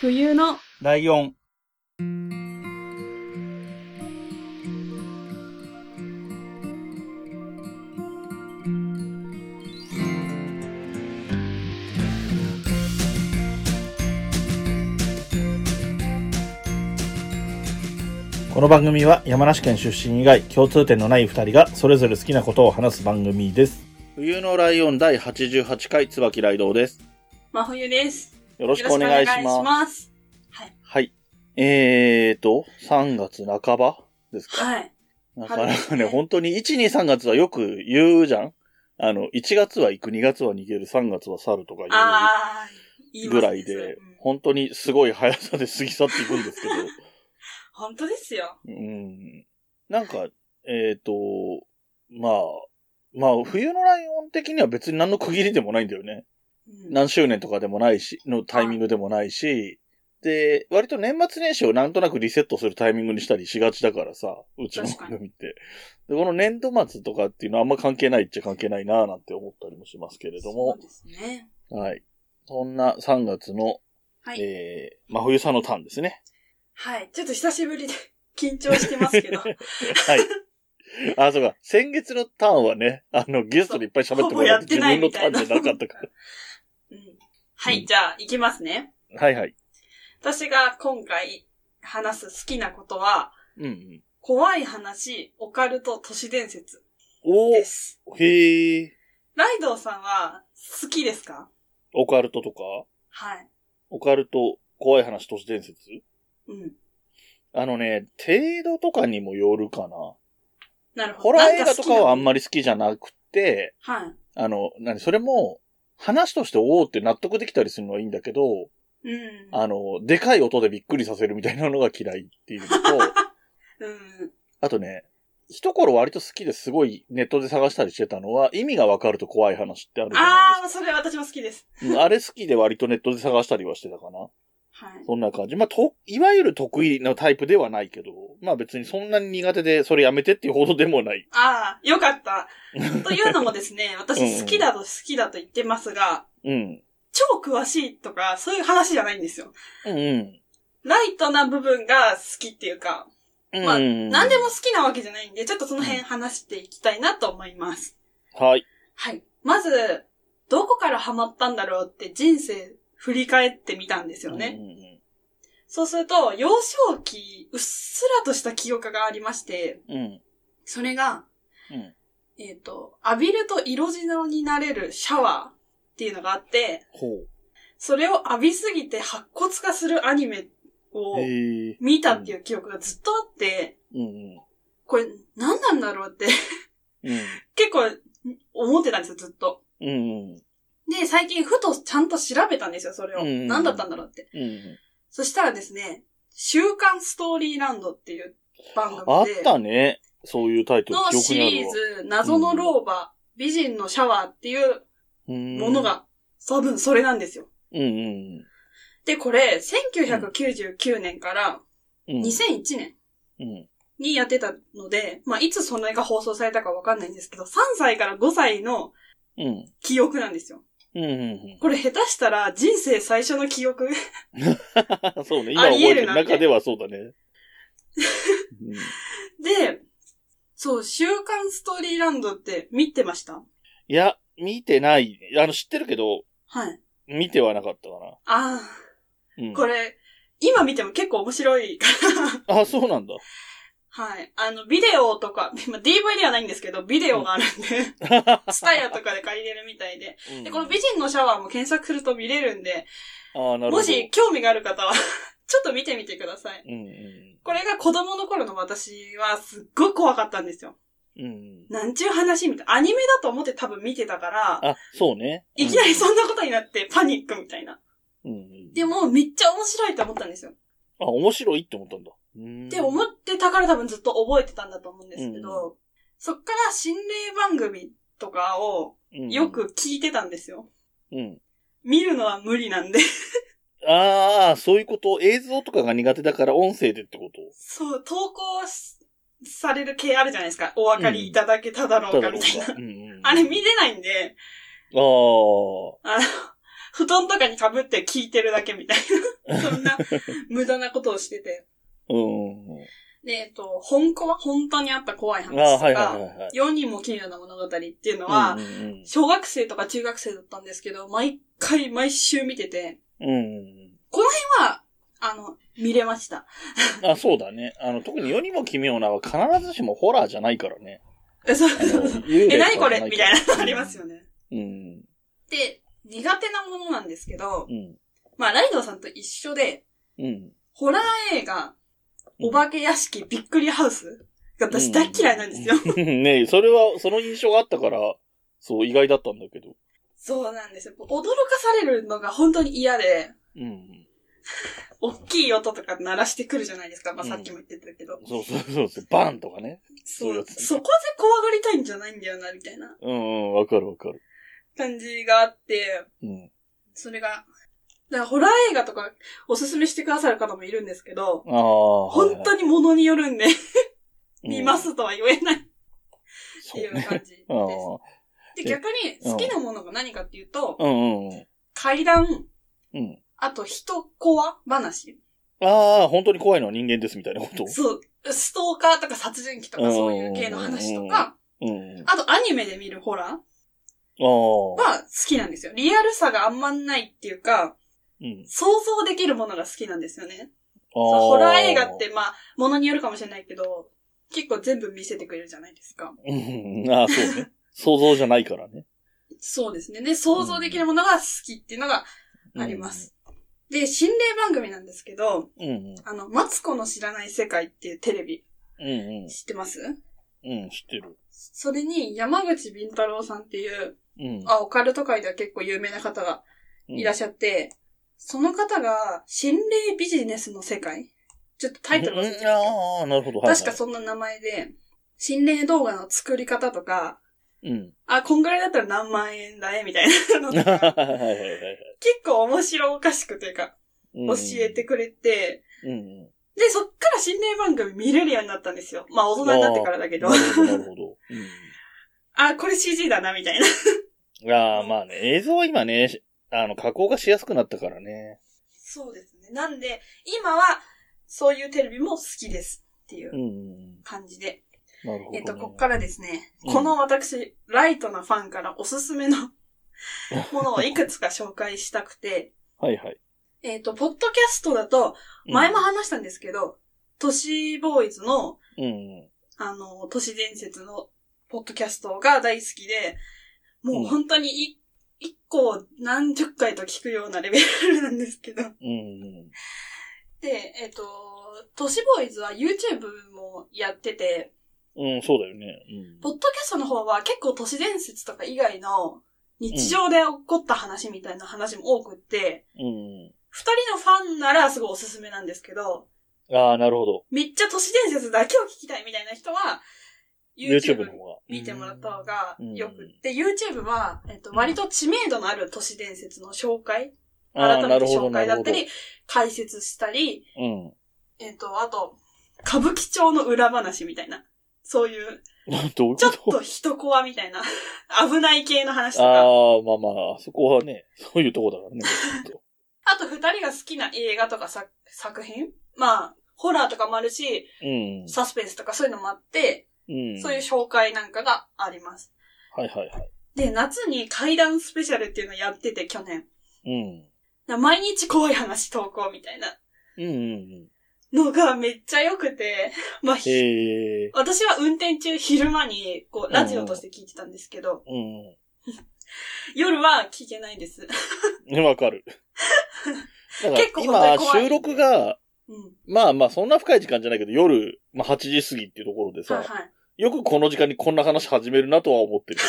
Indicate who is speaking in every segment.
Speaker 1: 冬の
Speaker 2: ライオン。この番組は山梨県出身以外共通点のない二人がそれぞれ好きなことを話す番組です。冬のライオン第88回椿ライドウです。
Speaker 1: 真冬です。
Speaker 2: よろしくお願いし
Speaker 1: よろ
Speaker 2: ます
Speaker 1: くお。願いします。
Speaker 2: はい。えーと、3月半ばですか。
Speaker 1: はい。
Speaker 2: なかなか
Speaker 1: 春ですね
Speaker 2: ね、 本当に1、2、3月はよく言うじゃんあの、1月は行く、2月は逃げる、3月は去るとかい
Speaker 1: あー、言いうますね
Speaker 2: ぐらい
Speaker 1: それ
Speaker 2: で
Speaker 1: うん、
Speaker 2: 本当にすごい速さで過ぎ去っていくんです けど、
Speaker 1: 本当ですよ。
Speaker 2: うん。なんか、えーと、まあ、まあ、冬のライオン的には別に何の区切りでもないんだよね。
Speaker 1: うん
Speaker 2: 何周年とかでもないし、のタイミングでもないし、で、割と年末年始をなんとなくリセットするタイミングにしたりしがちだからさ、うちの
Speaker 1: 確か
Speaker 2: 番
Speaker 1: に
Speaker 2: 組って。で、この年度末とかっていうのはあんま関係ないっちゃ関係ないなぁなんて思ったりもしますけれども
Speaker 1: そう、ですね。
Speaker 2: はい。そんな3月の、
Speaker 1: はい。
Speaker 2: えー、真冬さんのターンですね。
Speaker 1: はい。ちょっと久しぶりで緊張してます けど。
Speaker 2: はい。あ、そうか。先月のターンはね、あの、ゲストでいっぱい喋ってもらって
Speaker 1: そうほぼやってない
Speaker 2: 自分の
Speaker 1: み
Speaker 2: タ
Speaker 1: たいな
Speaker 2: ーンじゃなかったか
Speaker 1: うんは
Speaker 2: う
Speaker 1: い、
Speaker 2: ん
Speaker 1: じゃあ、行きますね。
Speaker 2: ら。はいはい。
Speaker 1: 私が今回話す好きなことは、
Speaker 2: うんうん。
Speaker 1: 怖い話、オカルト、都市伝説
Speaker 2: お
Speaker 1: で
Speaker 2: ー
Speaker 1: す。
Speaker 2: へー。
Speaker 1: ライドウさんは好きですか
Speaker 2: オカルトとか
Speaker 1: はい。
Speaker 2: オカルト、怖い話、都市伝説
Speaker 1: うん。
Speaker 2: あのね、程度とかにもよるかな。
Speaker 1: なるほど。
Speaker 2: ホラー映画とかはあん
Speaker 1: ま
Speaker 2: まり好きじゃなくて、
Speaker 1: はい。
Speaker 2: あの、何それも、話としておおって納得できたりするのはいいんだけど、
Speaker 1: うん。
Speaker 2: あの、でかい音でびっくりさせるみたいなのが嫌いっていうのと、
Speaker 1: うん。
Speaker 2: あとね、一頃割と好きですごいネットで探したりしてたのは、意味がわかると怖い話ってあるじゃない
Speaker 1: ああ、それ私も好きです。
Speaker 2: ですかうん。あれ好きで割とネットで探したりはしてたかな。
Speaker 1: はい。
Speaker 2: そんな感じ。まあ、と、いわゆる得意なタイプではないけど、まあ別にそんなに苦手でそれやめてっていうほどでもない。
Speaker 1: ああ、よか った。というのもですね、私好きだと好きだと言ってますが、
Speaker 2: うん。
Speaker 1: 超詳しいとか、そういう話じゃないんですよ。
Speaker 2: うんうん。
Speaker 1: ライトな部分が好きっていうか、
Speaker 2: うん
Speaker 1: まあ
Speaker 2: うん
Speaker 1: 何でも好きなわけじゃないんで、ちょっとその辺話していきたいなと思います。
Speaker 2: はい。
Speaker 1: はい。まず、どこからハマったんだろうって人生振り返ってみたんですよね。
Speaker 2: うんうん
Speaker 1: そうすると、幼少期、うっすらとした記憶がありまして、
Speaker 2: うん。
Speaker 1: それが、
Speaker 2: うん
Speaker 1: えっ、と、浴びると色白になれるシャワーっていうのがあって、
Speaker 2: ほ
Speaker 1: それを浴びすぎて白骨化するアニメを
Speaker 2: う。へえ。
Speaker 1: 見たっていう記憶がずっとあって、
Speaker 2: うんうん。
Speaker 1: これ何なんだろうって
Speaker 2: うん。
Speaker 1: 結構思ってたんですよ、ずっと。
Speaker 2: うん
Speaker 1: で、最近ふとちゃんと調べたんですよ、それを。
Speaker 2: うん
Speaker 1: 何だったんだろうって。
Speaker 2: うん。うん。
Speaker 1: そしたらですね、週刊ストーリーランドっていう番組で。
Speaker 2: あったね。そういうタイトル。
Speaker 1: の
Speaker 2: 記憶
Speaker 1: シ
Speaker 2: にあ
Speaker 1: リ
Speaker 2: る
Speaker 1: ー
Speaker 2: わ。
Speaker 1: ズ、謎の老婆、美人のシャワーっていう
Speaker 2: うん
Speaker 1: もの。が、多分それなんですよ。
Speaker 2: うんうん
Speaker 1: で、これ、1999年から
Speaker 2: うん。うん。
Speaker 1: 2001年
Speaker 2: うん。
Speaker 1: にやってたので、まあ、いつそれが放送されたかわかんないんですけど、3歳から5歳の
Speaker 2: うん。
Speaker 1: 記憶なんですよ。
Speaker 2: うんうん
Speaker 1: これ下手したら人生最初の記憶
Speaker 2: うん。 そうね。今
Speaker 1: あ
Speaker 2: 覚
Speaker 1: りえ
Speaker 2: えて
Speaker 1: る
Speaker 2: る
Speaker 1: なんて
Speaker 2: 中ではそうだね。うん
Speaker 1: で、そう、週刊ストーリーランドって見てました
Speaker 2: いや、見てない。あの、知ってるけど、
Speaker 1: はい。
Speaker 2: 見てはなかったかな。
Speaker 1: あ
Speaker 2: うん
Speaker 1: あ、これ、今見ても結構面白い
Speaker 2: あ、そうなんだ。
Speaker 1: はい。あの、ビデオとか、まあ DVD はないんですけど、ビデオがあるんで、スタヤとかで借りれるみたいで。で、この美人のシャワーも検索すると見れるんで、
Speaker 2: ああ、なるほど。
Speaker 1: もし興味がある方は、 ちょっと見てみてください。
Speaker 2: うんうん
Speaker 1: これが子供の頃の私はすっごい怖かったんですよ。
Speaker 2: うん。うん。
Speaker 1: なんちゅう話みたいな。アニメだと思って多分見てたから、
Speaker 2: あ、そうね。
Speaker 1: いきなり
Speaker 2: う
Speaker 1: そんなことになってパニックみたいな。
Speaker 2: ん。うん。
Speaker 1: で
Speaker 2: も。
Speaker 1: も、めっちゃ面白いと思ったんですよ。
Speaker 2: あ、面白いって思ったんだ。うん。
Speaker 1: って思ってたから多分ずっと覚えてたんだと思うんですけど、そっから心霊番組とかを
Speaker 2: うん
Speaker 1: よ。く聞いてたんですよ。
Speaker 2: うん。
Speaker 1: 見るのは無理なんで。
Speaker 2: ああ、そういうこと。映像とかが苦手だから音声でってこと。
Speaker 1: そう、投稿しされる系あるじゃないですか。お分かりいただけただろうかみたいな。
Speaker 2: うんうん。
Speaker 1: あれ見れないんで、
Speaker 2: ああ。
Speaker 1: あの、布団とかに被って聞いてるだけみたい な。そんな無駄なことをしてて。
Speaker 2: うん。
Speaker 1: で、えっと、本コは本当にあった怖い話
Speaker 2: ああ、
Speaker 1: と
Speaker 2: はいはいはい
Speaker 1: か、
Speaker 2: はい。
Speaker 1: 世にも奇妙な物語っていうのは、
Speaker 2: うんうん
Speaker 1: 小学生とか中学生だったんですけど、毎回毎週見てて、
Speaker 2: うん。うん
Speaker 1: は、あの、見れま した。
Speaker 2: あ、そうだね。あの、特に世にも奇妙なは必ずしもホラーじゃないからね。
Speaker 1: え、そう
Speaker 2: あの
Speaker 1: そうそう。
Speaker 2: 幽霊
Speaker 1: え、
Speaker 2: とか
Speaker 1: 何
Speaker 2: じ
Speaker 1: こ
Speaker 2: ゃな
Speaker 1: れみたいなのありますよ
Speaker 2: ね。
Speaker 1: ね。
Speaker 2: うん。
Speaker 1: で、苦手なものなんですけど
Speaker 2: う、ん。
Speaker 1: まあ、ライドウさんと一緒で、
Speaker 2: うん。
Speaker 1: ホラー映画、お化け屋敷びっくりハウスが私大嫌いなんですよ。
Speaker 2: うん。ねえそれは、その印象があったから、そう、意外だったんだけど。
Speaker 1: そうなんですよ。驚かされるのが本当に嫌で、
Speaker 2: うん。
Speaker 1: 大きい音とか鳴らしてくるじゃないですか。まあ、さっきも言ってたけど。
Speaker 2: そうそうそうそう、バンとかね。そう
Speaker 1: そ
Speaker 2: や
Speaker 1: う
Speaker 2: つ
Speaker 1: そこで怖がりたいんじゃないんだよな、みたいな
Speaker 2: うんうん、わかるわかる。
Speaker 1: 感じがあって、
Speaker 2: うん。
Speaker 1: それが、だからホラー映画とかおすすめしてくださる方もいるんですけど、
Speaker 2: ああ。
Speaker 1: 本当に物によるんで、
Speaker 2: に
Speaker 1: 見ま。すとは言えないっ
Speaker 2: そ
Speaker 1: ていうう感
Speaker 2: ね。
Speaker 1: じです。
Speaker 2: ああ。
Speaker 1: で、逆に好きなものが何かっていうと、
Speaker 2: うんうんうん。
Speaker 1: 階段、
Speaker 2: うん。
Speaker 1: あと人コア話。
Speaker 2: ああ、本当に怖いのは人間ですみたいなこと。
Speaker 1: そう、ストーカーとか殺人鬼とかそういう系の話とか、
Speaker 2: うん。あ
Speaker 1: あとアニメで見るホラー
Speaker 2: あ。
Speaker 1: は好きなんですよ。リアルさがあんまないっていうか、
Speaker 2: うん。
Speaker 1: 想像できるものが好きなんですよね。
Speaker 2: ああ。
Speaker 1: そのホラー映画っ。てまあ、ものによるかもしれないけど、結構全部見せてくれるじゃないですか。
Speaker 2: うん。ああ、そうね。想像じゃないからね。
Speaker 1: そうですね。で、想像できるものが好きっていうのがあります。で、心霊番組なんですけど、
Speaker 2: うん。うん
Speaker 1: あの、マツコの知らない世界っていうテレビ、
Speaker 2: うん。うん
Speaker 1: 知ってます
Speaker 2: うん。うん、知ってる。
Speaker 1: それに山口敏太郎さんっていう、
Speaker 2: うん。
Speaker 1: あ、オカルト界では結構有名な方がいらっしゃって、その方が心霊ビジネスの世界ちょっとタイトル忘れて
Speaker 2: うんああ、なるほど。はいはい
Speaker 1: 確かそんな名前で、心霊動画の作り方とか、
Speaker 2: うん。
Speaker 1: あ、こんぐらいだったら何万円だね、みたいなの
Speaker 2: はい
Speaker 1: と
Speaker 2: は
Speaker 1: か、
Speaker 2: いはいはい。
Speaker 1: 結構面白おかしくというか、
Speaker 2: 教
Speaker 1: 教えて。くれて、
Speaker 2: うんうん。
Speaker 1: で、そっから心霊番組見れるようになったんですよ。まあ、大人になってからだけど
Speaker 2: な、るほど、なるほど。
Speaker 1: あ、これ CG だな、みたいな。
Speaker 2: うん。ああ、まあね、映像は今ね、しあの、加工がしやすくなったからね。
Speaker 1: そうですね。なんで、今は、そういうテレビも好きです。っていううん
Speaker 2: うん。
Speaker 1: 感じで。
Speaker 2: なるほど、ね。
Speaker 1: えっと、こっからですね、
Speaker 2: うん
Speaker 1: この私、ライトなファンからおすす めのものをいくつか紹介したくて、
Speaker 2: はいはい。
Speaker 1: えっと、ポッドキャストだと、前も話したんですけど、都市ボーイズの、
Speaker 2: うん。うん。
Speaker 1: あの、都市伝説のポッドキャストが大好きで、もう本当にい一個を何十回と聞くようなレベルなんですけど。
Speaker 2: うん。
Speaker 1: で、えっと、都市ボーイズは YouTube もやってて、
Speaker 2: うん、そうだよね。うん
Speaker 1: ポッドキャストの方は結構都市伝説とか以外の日常で起こった話みたいな話も多くって、
Speaker 2: うん。
Speaker 1: 二、人のファンならすごいおすすめなんですけど、
Speaker 2: ああ、なるほど。
Speaker 1: めっちゃ都市伝説だけを聞きたいみたいな人は、
Speaker 2: YouTube
Speaker 1: YouTube
Speaker 2: の方が。
Speaker 1: 見てもらった方がよく
Speaker 2: う
Speaker 1: って、YouTube は、えっと、割と知名度のある都市伝説の紹介、
Speaker 2: あ
Speaker 1: 改
Speaker 2: ー
Speaker 1: め
Speaker 2: な
Speaker 1: て
Speaker 2: るほど
Speaker 1: 紹介だった
Speaker 2: な
Speaker 1: り
Speaker 2: る、
Speaker 1: 解説したり、
Speaker 2: ほど
Speaker 1: えっと、あと、歌舞伎町の裏話みたいな、そういう、
Speaker 2: うん。 どういう
Speaker 1: ちょっ
Speaker 2: こと
Speaker 1: 人コアみたいな、 危ない系の話
Speaker 2: と
Speaker 1: とか、
Speaker 2: ああ、まあまあ、あそこはね、そういうとこだからね。ちょっと
Speaker 1: あと二人が好きな映画とかさ作品まあ、ホラーとかもあるし、
Speaker 2: うん。
Speaker 1: サスペンスとかそういうのもあって、
Speaker 2: うん。
Speaker 1: そういう紹介なんかがあります。
Speaker 2: はいはいはい。
Speaker 1: で、夏に怪談スペシャルっていうのやってて、去年。
Speaker 2: うん。
Speaker 1: 毎日怖い話投稿みたいな
Speaker 2: うんうん
Speaker 1: のがめっちゃ良くて、 まあ、
Speaker 2: うん。
Speaker 1: ひ
Speaker 2: へえ。
Speaker 1: 私は運転中昼間に、こう、ラジオとして聞いてたんですけど、
Speaker 2: うん。
Speaker 1: 夜は聞けないです。
Speaker 2: ね、わ かる。だから
Speaker 1: 結構本当
Speaker 2: 今
Speaker 1: に怖い
Speaker 2: 収録が、
Speaker 1: うん。
Speaker 2: まあまあそんな深い時間じゃないけど夜、まあ8時過ぎっていうところで
Speaker 1: はいは
Speaker 2: さ
Speaker 1: い、。
Speaker 2: よくこの時間にこんな話始めるなとは思ってる。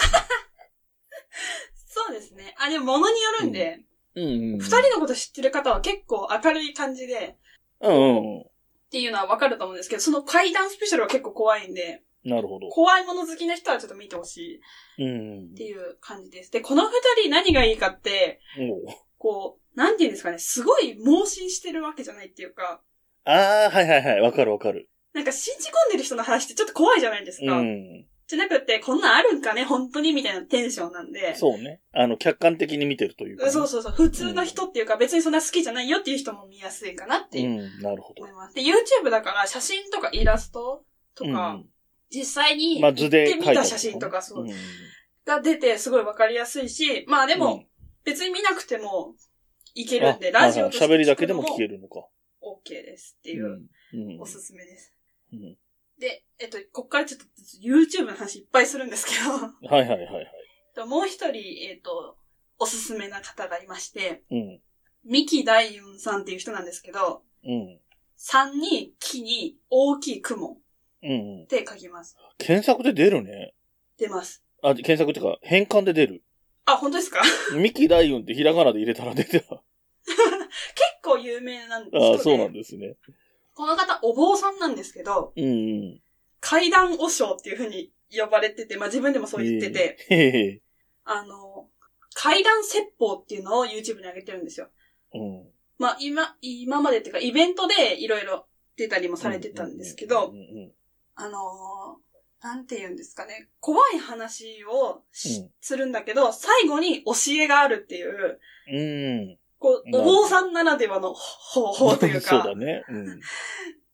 Speaker 1: そうですね。あ、でも物によるんで、
Speaker 2: うんうんうん。
Speaker 1: 二人のこと知ってる方は結構明るい感じで、
Speaker 2: うんうんう
Speaker 1: っていうのはわかると思うんですけど、その怪談スペシャルは結構怖いんで、
Speaker 2: ん。なるほど。
Speaker 1: 怖いもの好きな人はちょっと見てほしい
Speaker 2: うんうん
Speaker 1: っていう感じです。で、この二人何がいいかって、
Speaker 2: うん。おう
Speaker 1: こう、なんていうんですかね、すごい盲信してるわけじゃないっていうか、
Speaker 2: ああ、はいはいはい。わかるわかる。
Speaker 1: なんか信じ込んでる人の話ってちょっと怖いじゃないです
Speaker 2: う
Speaker 1: か。
Speaker 2: ん。
Speaker 1: じじゃなくて、こんなんあるんかね、本当にみたいなテンションなんで。
Speaker 2: そうね。あの、客観的に見てるというかね、
Speaker 1: そうそうそう。普通の人っていうか、別にそんな好きじゃないよっていう人も見やすいかなって
Speaker 2: う
Speaker 1: 思
Speaker 2: ん、なるほど
Speaker 1: い。ます。で、YouTube だから写真とかイラストと
Speaker 2: うん
Speaker 1: か、実際
Speaker 2: うん
Speaker 1: に行
Speaker 2: まあ
Speaker 1: っ
Speaker 2: 図で
Speaker 1: て
Speaker 2: 描い
Speaker 1: み
Speaker 2: たり
Speaker 1: た写真とかそう
Speaker 2: うん
Speaker 1: が出てすごいわかりやすいし、まあで
Speaker 2: う
Speaker 1: も
Speaker 2: ん、
Speaker 1: 別に見なくてもいけるんで、
Speaker 2: あ
Speaker 1: ラジオとして
Speaker 2: はいはい喋りだけでも聞
Speaker 1: 聞
Speaker 2: け
Speaker 1: く
Speaker 2: るのか。
Speaker 1: のも OK ですっていう、
Speaker 2: うん
Speaker 1: おすすめです。
Speaker 2: うん
Speaker 1: で、えっと、こっからちょっと YouTube の話いっぱいするんですけど
Speaker 2: はいはいはいはい。
Speaker 1: と、 もう一人、えっと、おすすめな方がいまして、
Speaker 2: うん。
Speaker 1: ミキ大雲さんっていう人なんですけど、
Speaker 2: うん。
Speaker 1: 3に木に大きい雲
Speaker 2: うんうん
Speaker 1: っ。て書きます。
Speaker 2: 検索で出るね。
Speaker 1: 出ます。
Speaker 2: あ、検索ってか、変換で出る。
Speaker 1: あ、本当 ですか結
Speaker 2: ミキ・ライオンってひらがなで入れたら出てた。
Speaker 1: 構有名なんです
Speaker 2: あ
Speaker 1: よ、
Speaker 2: あ、
Speaker 1: ね。
Speaker 2: そうなんですね。
Speaker 1: この方、お坊さんなんですけど、
Speaker 2: うんうん。
Speaker 1: 階段和尚っていう風に呼ばれてて、まあ自分でもそう言ってて、
Speaker 2: へへ
Speaker 1: あの、階段説法っていうのを YouTube に上げてるんですよ。
Speaker 2: へ。うん。
Speaker 1: まあ今、今までっていうか、イベントでいろいろ出たりもされてたんですけど、
Speaker 2: うんうん
Speaker 1: あのーなんて言うんですかね、怖い話をし
Speaker 2: うん
Speaker 1: するんだけど、最後に教えがあるっていう、
Speaker 2: うん。うん。
Speaker 1: こう、
Speaker 2: な
Speaker 1: お
Speaker 2: るほど
Speaker 1: 坊さんならではの方法という
Speaker 2: そう
Speaker 1: か
Speaker 2: だ、ね。うん。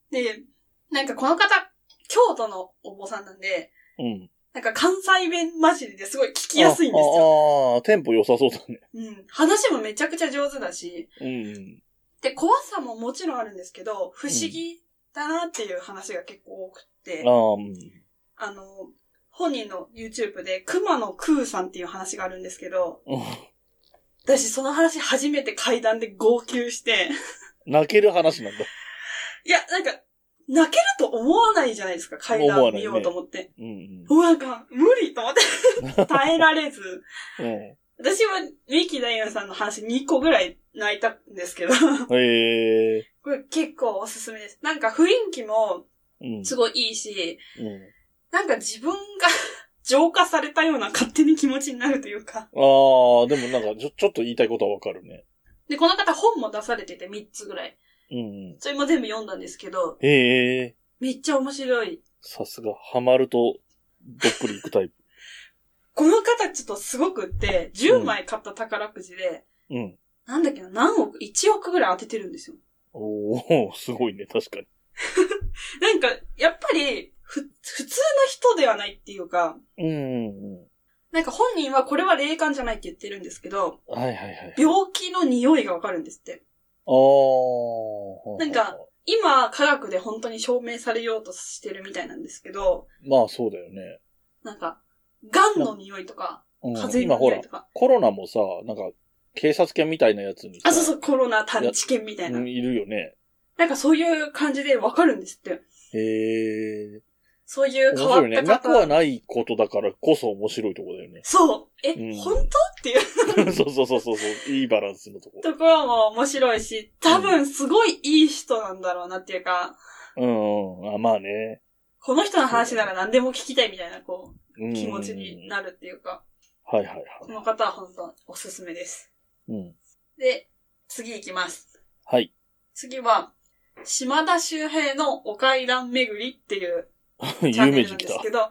Speaker 1: で、なんかこの方、京都のお坊さんなんで、
Speaker 2: うん。
Speaker 1: なんか関西弁混じりですごい聞きやすいんですよ。
Speaker 2: よ。ああ、テンポ良さそうだね。
Speaker 1: うん。話もめちゃくちゃ上手だし、
Speaker 2: うん。
Speaker 1: で、怖さももちろんあるんですけど、不思議だなっていう話が結構多くて、
Speaker 2: ああ、うん。
Speaker 1: あの、本人の YouTube で、熊野空さんっていう話があるんですけど、
Speaker 2: うん
Speaker 1: 私その話初めて階段で号泣して、
Speaker 2: 泣ける話なんだ。
Speaker 1: いや、なんか、泣けると思わないじゃないですか、階
Speaker 2: 思わ
Speaker 1: 段
Speaker 2: ない
Speaker 1: 見
Speaker 2: ね
Speaker 1: ようと思って。
Speaker 2: うんうん。
Speaker 1: もうなんか、無理と思って、耐えられず。
Speaker 2: うん
Speaker 1: 私は、ミキダイオンさんの話2個ぐらい泣いたんですけど、
Speaker 2: へえ。
Speaker 1: これ結構おすすめです。なんか雰囲気も
Speaker 2: うん。
Speaker 1: すごいいいし、
Speaker 2: うん
Speaker 1: なんか自分が 浄化されたような勝手に気持ちになるというか。
Speaker 2: ああ、でもなんかちょ、ちょっと言いたいことはわかるね。
Speaker 1: で、この方本も出されてて3つぐらい。
Speaker 2: うんうん。
Speaker 1: それも全部読んだんですけど、
Speaker 2: へえ。
Speaker 1: めっちゃ面白い。
Speaker 2: さすが、ハマると、どっぷりいくタイプ。
Speaker 1: この方ちょっとすごくって、10枚買った宝くじで、
Speaker 2: うん。
Speaker 1: なんだっけな、何億、1億ぐらい当ててるんですよ。
Speaker 2: おおすごいね、確かに。
Speaker 1: なんか、やっぱり、ふ、普通の人ではないっていうか、
Speaker 2: うんうんう
Speaker 1: なんか本人はこれは霊感じゃないって言ってるんですけど、
Speaker 2: ん。はいはいはい。
Speaker 1: 病気の匂いがわかるんですって。
Speaker 2: あー。
Speaker 1: なんか、今、科学で本当に証明されようとしてるみたいなんですけど、
Speaker 2: まあそうだよね。
Speaker 1: なんか、癌の匂いとか、
Speaker 2: うん
Speaker 1: 風
Speaker 2: 今
Speaker 1: 邪の
Speaker 2: ほ
Speaker 1: 匂
Speaker 2: ら
Speaker 1: いと、か、
Speaker 2: コロナもさ、なんか、警察犬みたいなやつにさ
Speaker 1: あ、そうそう、コロナ探知犬みたいな
Speaker 2: うん。いるよね。
Speaker 1: なんかそういう感じでわかるんですって。
Speaker 2: へえ。
Speaker 1: そういう
Speaker 2: 面
Speaker 1: 変わ
Speaker 2: 白
Speaker 1: っ
Speaker 2: いね。
Speaker 1: た
Speaker 2: なくは
Speaker 1: 方。。
Speaker 2: ないことだからこそ面白いとこだよね
Speaker 1: そう。え、
Speaker 2: うん
Speaker 1: 本当っていう
Speaker 2: そうそうそうそうそう。いいバランスのとこ。
Speaker 1: ところも面白いし、多分すごいいい人なんだろうなっていうか、
Speaker 2: うんうん。あ、まあね。
Speaker 1: この人の話なら何でも聞きたいみたいな、こ
Speaker 2: うんう
Speaker 1: う、
Speaker 2: ん
Speaker 1: 気持ちになるっていうか、
Speaker 2: はいはいはい。
Speaker 1: この方は本当おすすめです。
Speaker 2: うん。
Speaker 1: で、次行きます。
Speaker 2: はい。
Speaker 1: 次は、島田周平のお階段巡りっていうチャ
Speaker 2: 有
Speaker 1: ンネ
Speaker 2: 名
Speaker 1: ルな
Speaker 2: 人
Speaker 1: ん
Speaker 2: 来
Speaker 1: です。
Speaker 2: た
Speaker 1: けど、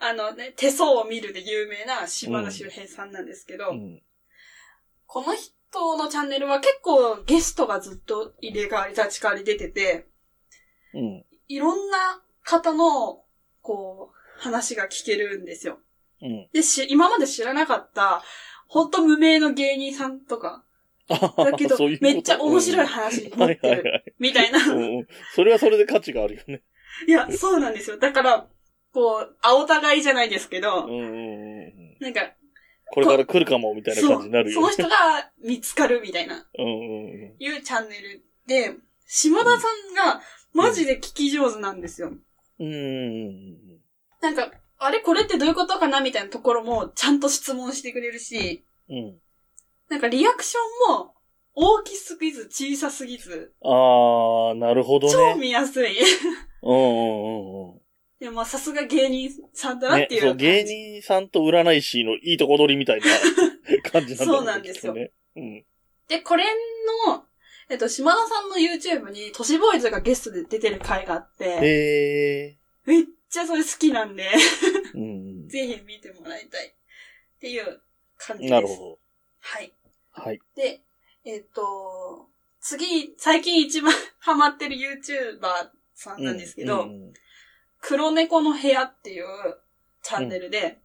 Speaker 1: あのね、手相を見るで有名な島田周平さんなんですけど、
Speaker 2: うん。
Speaker 1: この人のチャンネルは結構ゲストがずっと入れ替わり立ち替わり出てて、
Speaker 2: うん。
Speaker 1: いろんな方の、こう、話が聞けるんですよ。
Speaker 2: うん。
Speaker 1: で、し、今まで知らなかった、ほんと無名の芸人さんとか、 だけど
Speaker 2: そういう、こと
Speaker 1: めっちゃ面白い話持って
Speaker 2: はいはい
Speaker 1: る、
Speaker 2: はい。
Speaker 1: みたいな。
Speaker 2: うんうんそれはそれで価値があるよね。
Speaker 1: いや、そうなんですよ。だから、こう、あお互いじゃないですけ
Speaker 2: うん
Speaker 1: ど、
Speaker 2: うんうんうん。
Speaker 1: なんか、
Speaker 2: これから来るかも、みたいな
Speaker 1: そ
Speaker 2: 感
Speaker 1: う、
Speaker 2: じ
Speaker 1: そ
Speaker 2: になるよ
Speaker 1: の
Speaker 2: ね。
Speaker 1: 人が見つかるみたいな、
Speaker 2: うんうんうん。
Speaker 1: いうチャンネルで、島田さんが、マジで聞き上手なんですよ。
Speaker 2: うんうん
Speaker 1: なんか、あれこれってどういうことかなみたいなところも、ちゃんと質問してくれるし、
Speaker 2: うんうん。
Speaker 1: なんかリアクションも、大きすぎず小さすぎず、
Speaker 2: あー、なるほど
Speaker 1: 超
Speaker 2: ね。
Speaker 1: 見やすい。
Speaker 2: うんうんうんうん。
Speaker 1: でもまあさすが芸人さんだなっ
Speaker 2: ね
Speaker 1: ていう、
Speaker 2: そう、
Speaker 1: 感じ
Speaker 2: 芸人さんと占い師のいいとこ取りみ たいな感じなんだろね
Speaker 1: そうなんですよ
Speaker 2: きっとねうん。
Speaker 1: で、これの、えっと、島田さんの YouTube に、都市ボーイズがゲストで出てる回があって、
Speaker 2: へえ
Speaker 1: めっちゃそれ好きなんで、
Speaker 2: うんうん。
Speaker 1: ぜひ見てもらいたい。っていう感じです。
Speaker 2: なるほど。
Speaker 1: はい。
Speaker 2: はい。
Speaker 1: で、えっ、と、次、最近一番 ハマってる YouTuber さんなんですけど、
Speaker 2: うんうん
Speaker 1: 黒猫の部屋っていうチャンネルで、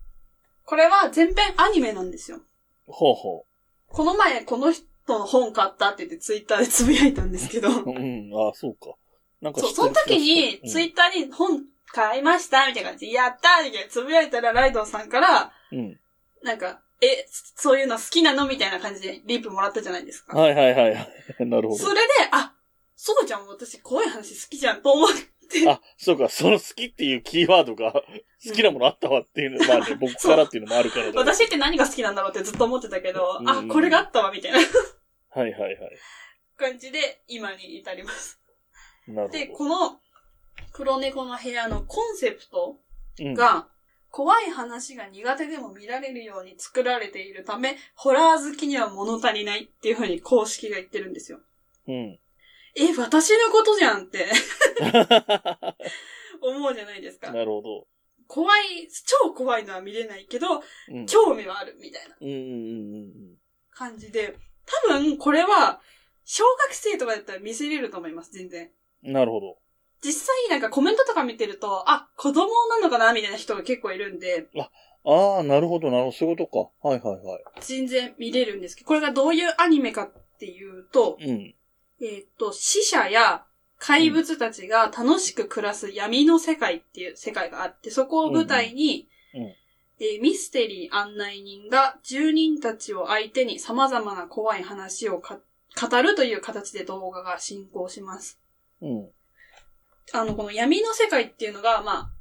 Speaker 1: これは全編アニメなんですよ。
Speaker 2: ほうほ
Speaker 1: この前、この人の本買ったって言ってツイッターでつぶやいたんですけど、
Speaker 2: う。うん、ああ、そうか。なんか
Speaker 1: そう、その時に、ツイ
Speaker 2: ッ
Speaker 1: ッターに本買いましたみたいな感じで、やったーみたいなつぶやいたらライドウさんから、
Speaker 2: うん。
Speaker 1: なんか、え、そういうの好きなのみたいな感じでリップもらったじゃないですか。
Speaker 2: はいはいはいはい。 なるほ
Speaker 1: そ
Speaker 2: ど。
Speaker 1: れで、あ、そうじゃん、私、怖い話好きじゃん、と思って。
Speaker 2: あ、そうか、その好きっていうキーワードが、 好きなものあったわっていうの、まあね、僕からっていうのもあるからだけど
Speaker 1: 私って何が好きなんだろうってずっと思ってたけど、
Speaker 2: うん
Speaker 1: あ、これがあったわ、みたいな
Speaker 2: はいはいはい。
Speaker 1: 感じで、今に至ります。
Speaker 2: なるほ
Speaker 1: で、この、黒猫の部屋のコンセプト
Speaker 2: ど。うん、
Speaker 1: が、怖い話が苦手でも見られるように作られているため、ホラー好きには物足りないっていうふうに公式が言ってるんですよ。
Speaker 2: うん。
Speaker 1: え、私のことじゃんって 思うじゃないですか。
Speaker 2: なるほど。
Speaker 1: 怖い、超怖いのは見れないけど、
Speaker 2: うん。
Speaker 1: 興味はあるみたいな
Speaker 2: うんうんうん
Speaker 1: 感じで、多分これは、小学生とかだったら見せれると思います、全然。
Speaker 2: うん。なるほど。
Speaker 1: 実際なんかコメントとか見てると、あ、子供なのかなみたいな人が結構いるんで、
Speaker 2: ああ、なるほど、なるほど。そういうことか。はいはいは
Speaker 1: 全然見れるんですけど、これがどういうアニメかっていうと、
Speaker 2: い。うん。
Speaker 1: えーっ、と、死者や怪物たちが楽しく暮らす闇の世界っていう世界があって、そこを舞台に、
Speaker 2: うんうんうん
Speaker 1: えーミステリー案内人が住人たちを相手に様々な怖い話をか語るという形で動画が進行します。
Speaker 2: うん。
Speaker 1: あの、この闇の世界っていうのが、まあ、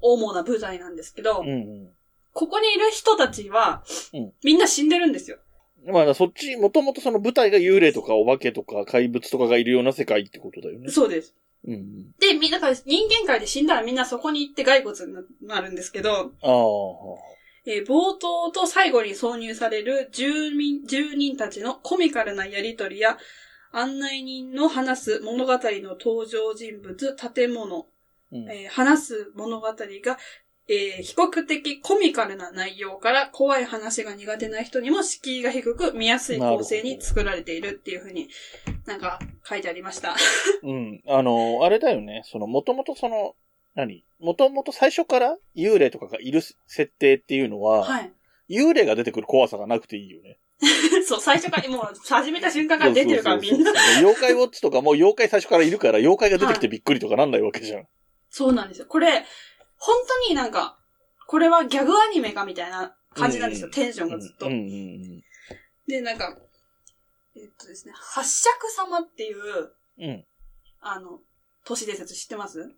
Speaker 1: 主な舞台なんですけど、
Speaker 2: うんうん。
Speaker 1: ここにいる人たちは、
Speaker 2: うん
Speaker 1: みんな死んでるんですよ。
Speaker 2: まあ、そっち、もともとその舞台が幽霊とかお化けとか怪物とかがいるような世界ってことだよね。
Speaker 1: そうです。
Speaker 2: うんうん。
Speaker 1: で、みんなから人間界で死んだらみんなそこに行って骸骨になるんですけど、
Speaker 2: ああ、
Speaker 1: えー冒頭と最後に挿入される住民、住人たちのコミカルなやりとりや、案内人の話す物語の登場人物、建物、
Speaker 2: うん。
Speaker 1: えー話す物語が、えー比較的コミカルな内容から怖い話が苦手な人にも敷居が低く見やすい構成に作られているっていうふうになんか書いてありました。
Speaker 2: うん。あの、あれだよね。その、もともとその、何もともと最初から幽霊とかがいる設定っていうのは、
Speaker 1: はい。
Speaker 2: 幽霊が出てくる怖さがなくていいよね。
Speaker 1: そう、最初から、もう始めた瞬間から出てるからみんな。
Speaker 2: そうそうそうそう妖怪ウォッチとかも妖怪最初からいるから、妖怪が出てきてびっくりとかなんないわけじゃん。
Speaker 1: そうなんですよ。これ、本当になんか、これはギャグアニメかみたいな感じなんですよ。
Speaker 2: うん
Speaker 1: テンショ
Speaker 2: う
Speaker 1: ン
Speaker 2: ん
Speaker 1: が
Speaker 2: うん
Speaker 1: ずっと。
Speaker 2: うん
Speaker 1: で、なんか、えっとですね、八尺様っていう、
Speaker 2: うん。うん。
Speaker 1: あの、都市伝説知ってます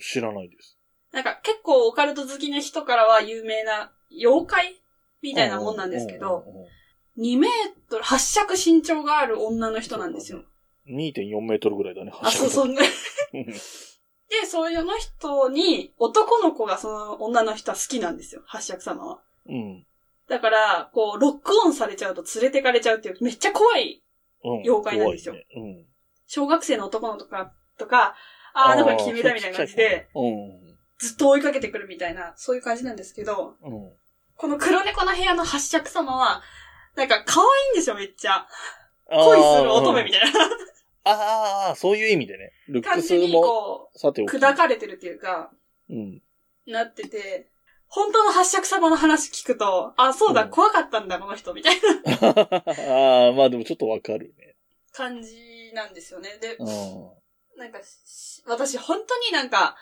Speaker 2: 知らないです。
Speaker 1: なんか結構オカルト好きな人からは有名な妖怪みたいなもんなんですけど、
Speaker 2: うんうんうんうん。
Speaker 1: 2メートル、8尺身長がある女の人なんですよ。
Speaker 2: 2.4メートルぐらいだね。
Speaker 1: あ、そう、そんぐらい。
Speaker 2: うん。
Speaker 1: で、そういうの人に、男の子がその女の人は好きなんですよ、八尺様は。
Speaker 2: うん。
Speaker 1: だから、こう、ロックオンされちゃうと連れてかれちゃうっていう、めっちゃ怖い、
Speaker 2: うん
Speaker 1: 妖怪なんですよ。
Speaker 2: 怖いね
Speaker 1: 小学生の男の子とか、とか、
Speaker 2: うん。
Speaker 1: ああ、だから君だみたいな感じで、。
Speaker 2: うん。
Speaker 1: ずっと追いかけてくるみたいな、そういう感じなんですけど、
Speaker 2: うん。
Speaker 1: この黒猫の部屋の八尺様は、なんか可愛いんですよ、めっちゃ。
Speaker 2: あー
Speaker 1: 恋する乙女みたいな
Speaker 2: あーあー、そういう意味でね。ルッ
Speaker 1: 感
Speaker 2: ク
Speaker 1: じ
Speaker 2: ス
Speaker 1: に、
Speaker 2: も、
Speaker 1: こ
Speaker 2: さて
Speaker 1: う、
Speaker 2: おき。
Speaker 1: 砕かれてるっていうか、
Speaker 2: うん。
Speaker 1: なってて、本当の八尺様の話聞くと、あ、そうだ、
Speaker 2: うん
Speaker 1: 怖かったんだ、この人、みたいな
Speaker 2: ああ、まあでもちょっとわかるね。
Speaker 1: 感じなんですよね。で
Speaker 2: う、ん。
Speaker 1: なんかし、私本当になんか、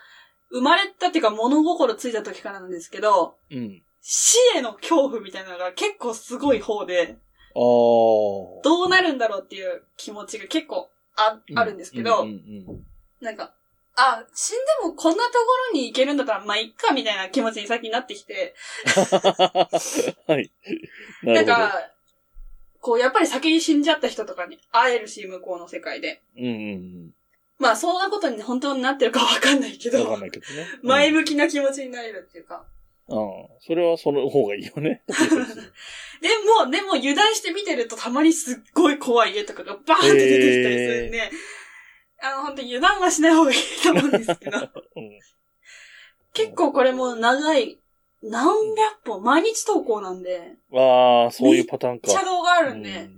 Speaker 1: 生まれたっていうか物心ついた時からなんですけど、
Speaker 2: うん。
Speaker 1: 死への恐怖みたいなのが結構すごい方で、
Speaker 2: ああ。
Speaker 1: どうなるんだろうっていう気持ちが結構ああるんですけど、
Speaker 2: うんうん
Speaker 1: なんか、あ、死んでもこんなところに行けるんだったら、まあ、いっか、みたいな気持ちに先になってきて、
Speaker 2: うんはい。な
Speaker 1: なん
Speaker 2: るほど。
Speaker 1: か、こう、やっぱり先に死んじゃった人とかに会えるし、向こうの世界で。
Speaker 2: うんうん
Speaker 1: まあ、そんなことに本当になってるかわかんないけ
Speaker 2: うん。わか
Speaker 1: ど
Speaker 2: んな、いけどね。
Speaker 1: 前
Speaker 2: うん。
Speaker 1: 向きな気持ちになれるっていうか、
Speaker 2: うん。それはその方がいいよね。
Speaker 1: でも、でも油断して見てるとたまにすっごい怖い絵とかがバーンって出てきたりするん で、あの、本当に油断はしない方がいいと思うんですけど、
Speaker 2: うん。
Speaker 1: 結構これも長い、何百本、毎日投稿なんで、
Speaker 2: ああ、そういうパターンか。
Speaker 1: 茶道があるんで、
Speaker 2: うん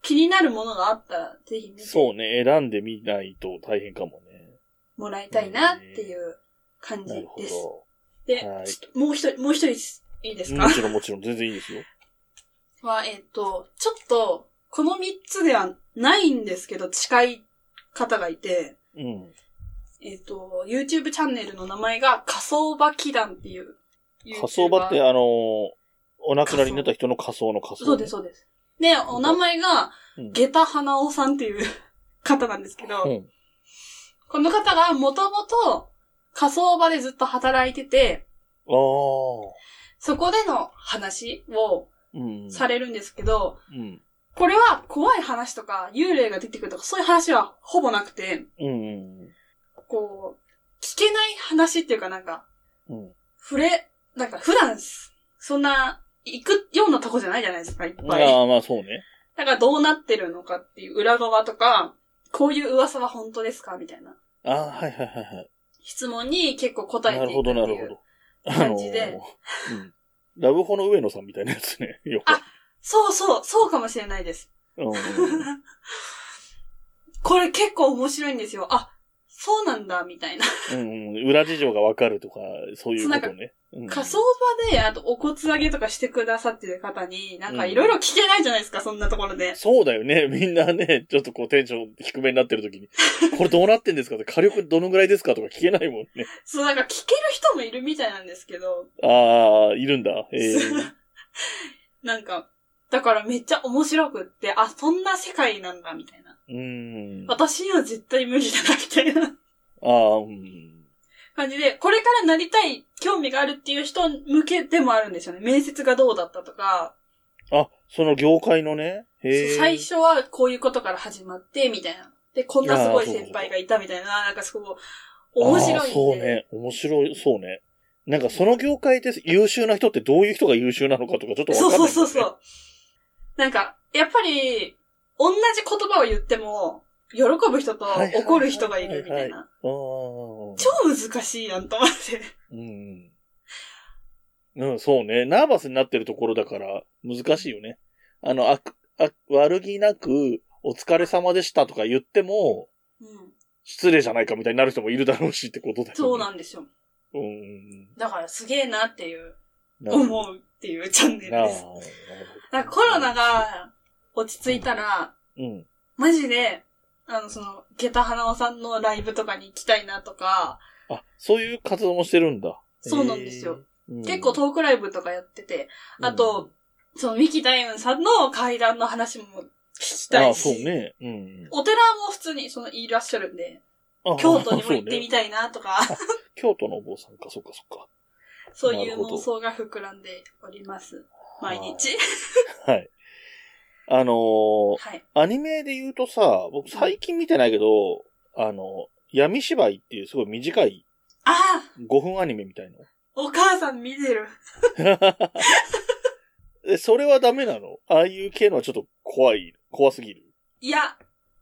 Speaker 1: 気になるものがあったら、ぜひ見
Speaker 2: そう
Speaker 1: て
Speaker 2: ね、選んでみないと大変かもね。
Speaker 1: もらいたいなっていう感じ
Speaker 2: なるほ
Speaker 1: です。
Speaker 2: ど。
Speaker 1: で、
Speaker 2: はい
Speaker 1: ちょっともう一人、もう一人ですいいですか
Speaker 2: もちろんもちろん、全然いいですよ。
Speaker 1: は、えっ、と、ちょっと、この三つではないんですけど、近い方がいて、
Speaker 2: うん。
Speaker 1: えっ、と、YouTube チャンネルの名前が、仮想場祈願っていう。
Speaker 2: 仮想場って、
Speaker 1: YouTuber
Speaker 2: あのーお亡くなりになった人の仮想の仮想。
Speaker 1: そうです、そうです。で、お名前が、
Speaker 2: うん。
Speaker 1: 下駄花尾さんっていう 方なんですけど、
Speaker 2: うん。
Speaker 1: この方がもともと仮想場でずっと働いてて、
Speaker 2: ああ
Speaker 1: そこでの話を
Speaker 2: ー。うん。
Speaker 1: されるんですけど、
Speaker 2: うん。
Speaker 1: これは怖い話とか幽霊が出てくるとかそういう話はほぼなくて、
Speaker 2: うん。うん
Speaker 1: こう、聞けない話っていうかなんか、
Speaker 2: うん。
Speaker 1: 触れ、なんか普段す、そんな、行くようなとこじゃないじゃないですか、いっぱい。
Speaker 2: ああ、まあそうね。
Speaker 1: だからどうなってるのかっていう裏側とか、こういう噂は本当ですかみたいな
Speaker 2: ああ、はいはいはいはい。
Speaker 1: 質問に結構答え
Speaker 2: な
Speaker 1: てい
Speaker 2: る
Speaker 1: く
Speaker 2: ほ
Speaker 1: ってい
Speaker 2: ど、
Speaker 1: う。
Speaker 2: なるほど。
Speaker 1: 感じで
Speaker 2: あのーうん。ラブホの上野さんみたいなやつね。 よく。
Speaker 1: あそうそう、そうかもしれないです。
Speaker 2: うん。
Speaker 1: これ結構面白いんですよ。あ、そうなんだ、みたいな。
Speaker 2: うんうん。裏事情がわかるとか、そういうことね。うん
Speaker 1: 仮想場で、あと、お骨上げとかしてくださってる方に、なんかいろいろ聞けないじゃないですか、そんなところで。
Speaker 2: そうだよね。みんなね、ちょっとこうテンション低めになってる時に、これどうなってんですかって火力どのぐらいですかとか聞けないもんね。
Speaker 1: そう、なんか聞ける人もいるみたいなんですけど、
Speaker 2: ああ、いるんだ。ええ
Speaker 1: なんか、だからめっちゃ面白くって、あ、そんな世界なんだ、みたいな。
Speaker 2: うん。あ
Speaker 1: 私には絶対無理だな、みたいな
Speaker 2: あ、うん。
Speaker 1: 感じで、これからなりたい、興味があるっていう人向けでもあるんですよね。面接がどうだったとか、
Speaker 2: あ、その業界のね。へえ。
Speaker 1: 最初はこういうことから始まって、みたいな。で、こんなすごい先輩がいたみたいな、なんかすごい、面白いん
Speaker 2: あ
Speaker 1: で。
Speaker 2: ーそうね。面白い、そうね。なんかその業界で優秀な人ってどういう人が優秀なのかとかちょっとわか
Speaker 1: そ
Speaker 2: ん
Speaker 1: う
Speaker 2: ない、
Speaker 1: そうそうそう。なんか、やっぱり、同じ言葉を言っても、喜ぶ人と
Speaker 2: はいはいはい
Speaker 1: 怒る人がいるみたいな。
Speaker 2: う。
Speaker 1: 超難しいやんと思って。
Speaker 2: うん。うん、そうね。ナーバスになってるところだから、難しいよね。あの、あく、あ、悪気なく、お疲れ様でしたとか言っても、
Speaker 1: うん。
Speaker 2: 失礼じゃないかみたいになる人もいるだろうしってことだよね。
Speaker 1: そうなんですよ。
Speaker 2: うんうん
Speaker 1: だからすげえなっていう、
Speaker 2: うん。なるほど
Speaker 1: 思うっていうチャンネル
Speaker 2: なあ
Speaker 1: です。なんかコロナが落ち着いたら、
Speaker 2: うん。
Speaker 1: マジで、あの、その、下駄花尾さんのライブとかに行きたいなとか、
Speaker 2: あ、そういう活動もしてるんだ。
Speaker 1: そうなんですよ
Speaker 2: へえ。うん
Speaker 1: 結構トークライブとかやってて、
Speaker 2: うん
Speaker 1: あと、その、ミキダイウンさんの会談の話も聞きた
Speaker 2: あ
Speaker 1: い
Speaker 2: あ、
Speaker 1: し。
Speaker 2: そうね。うん。
Speaker 1: お寺も普通にそのいらっしゃるんで、
Speaker 2: あ
Speaker 1: 京都にも
Speaker 2: そう
Speaker 1: 行っ
Speaker 2: ね
Speaker 1: てみたいなとか、
Speaker 2: 京都のお坊さんか、そっかそっ
Speaker 1: そういう
Speaker 2: なるほど
Speaker 1: 妄想が膨らんでおります。毎日。
Speaker 2: か。はい。あのー、
Speaker 1: はい。
Speaker 2: アニメで言うとさ、僕最近見てないけど、あの、闇芝居っていうすごい短い
Speaker 1: ああ
Speaker 2: 5分アニメみたい
Speaker 1: お母さん見てる。
Speaker 2: な。えそれはダメなのああいう系のはちょっと怖い、怖すぎる。
Speaker 1: いや、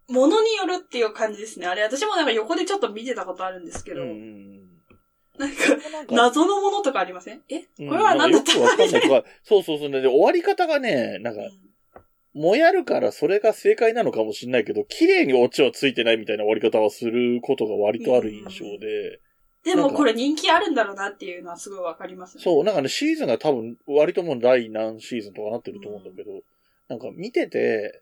Speaker 1: ものによるっていう感じですね。あれ、私もなんか横でちょっと見てたことあるんですけど、
Speaker 2: うん。
Speaker 1: なんか、
Speaker 2: なんか、
Speaker 1: 謎のものとかありませんえこ
Speaker 2: う
Speaker 1: れ
Speaker 2: ん
Speaker 1: は何だ
Speaker 2: な
Speaker 1: っ
Speaker 2: ん
Speaker 1: た
Speaker 2: かよくわかんないとか、そうそうそう、ね。で、終わり方がね、なんか、もやるからそれが正解なのかもしれないけど、綺麗にオチはついてないみたいな終わり方はすることが割とある印象で、
Speaker 1: でもこれ人気あるんだろうなっていうのはすごいわかりますね。
Speaker 2: そう、なんかね、シーズンが多分、割ともう第何シーズンとかなってると思うんだけど、なんか見てて、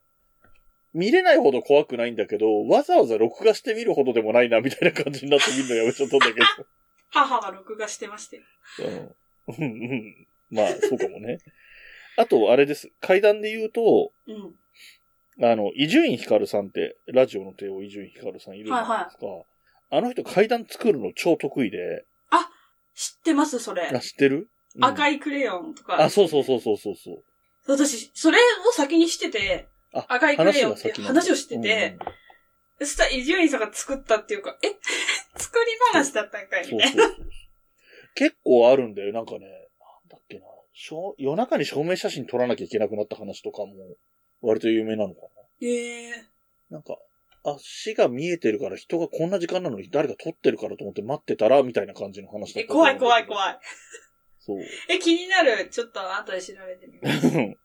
Speaker 2: 見れないほど怖くないんだけど、わざわざ録画して見るほどでもないな、みたいな感じになって見るのやめちゃったんだけ
Speaker 1: 母が録画してまして。
Speaker 2: ど。 うんうんうんまあ、そうかもね。あと、あれです。階段で言うと、
Speaker 1: うん。
Speaker 2: あの、伊集院光さんって、ラジオの帝王伊集院光さんいるじゃないですか。あの人階段作るの超得意で、
Speaker 1: 知ってますそれ
Speaker 2: あ、。知ってる、うん
Speaker 1: 赤いクレヨンとか。
Speaker 2: あ、そうそうそうそうそうそう。
Speaker 1: 私、それを先にしてて、
Speaker 2: あ
Speaker 1: 赤いクレヨンって
Speaker 2: 話が先なんだ
Speaker 1: 話をしてて、そしたら伊集院さんが作ったっていうか、え 作り話だったんかい
Speaker 2: そ
Speaker 1: み
Speaker 2: う
Speaker 1: た
Speaker 2: そ
Speaker 1: い
Speaker 2: う
Speaker 1: な。
Speaker 2: そうそう。結構あるんだよ。なんかね、なんだっけな。しょ夜中に証明写真撮らなきゃいけなくなった話とかも、割と有名なのか
Speaker 1: ええ
Speaker 2: な。なんか、足が見えてるから人がこんな時間なのに誰か撮ってるからと思って待ってたら、みたいな感じの話だ
Speaker 1: え、
Speaker 2: ったと思う
Speaker 1: 怖
Speaker 2: んだ
Speaker 1: い
Speaker 2: けど
Speaker 1: 怖い怖い。
Speaker 2: そう。
Speaker 1: え、気になる。ちょっと後で調べてみます。
Speaker 2: うん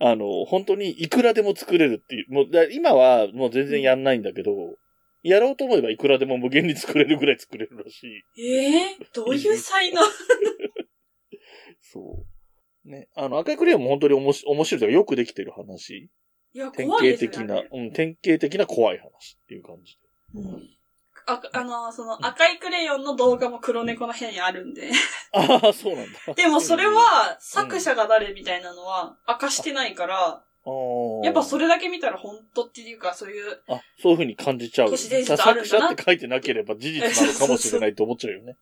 Speaker 2: あの、本当にいくらでも作れるっていう。もう、だ今はもう全然やんないんだけど、やろうと思えばいくらでも無限に作れるぐらい作れるらしい。
Speaker 1: えー、どういう才能
Speaker 2: そう。ね。あの、赤いクレヨンも本当におもし面白いというかよくできてる話。
Speaker 1: いや、
Speaker 2: 典
Speaker 1: 怖いで
Speaker 2: 型
Speaker 1: すよ
Speaker 2: 的な、
Speaker 1: ね。
Speaker 2: うん、典型的な怖い話っていう感じ。
Speaker 1: うんあ、あの、その赤いクレヨンの動画も黒猫の部屋にあるん で。
Speaker 2: ああ、そうなんだ。
Speaker 1: でもそれは作者が誰みたいなのは明かしてないから、
Speaker 2: うん、
Speaker 1: やっぱそ
Speaker 2: れ、
Speaker 1: れだけ見たら本当っていうかそういう、
Speaker 2: あ、そういうふうに感じちゃう。
Speaker 1: 都市伝説あるんだな
Speaker 2: 作者って書いてなければ事実なのかもしれないと思っちゃうよね。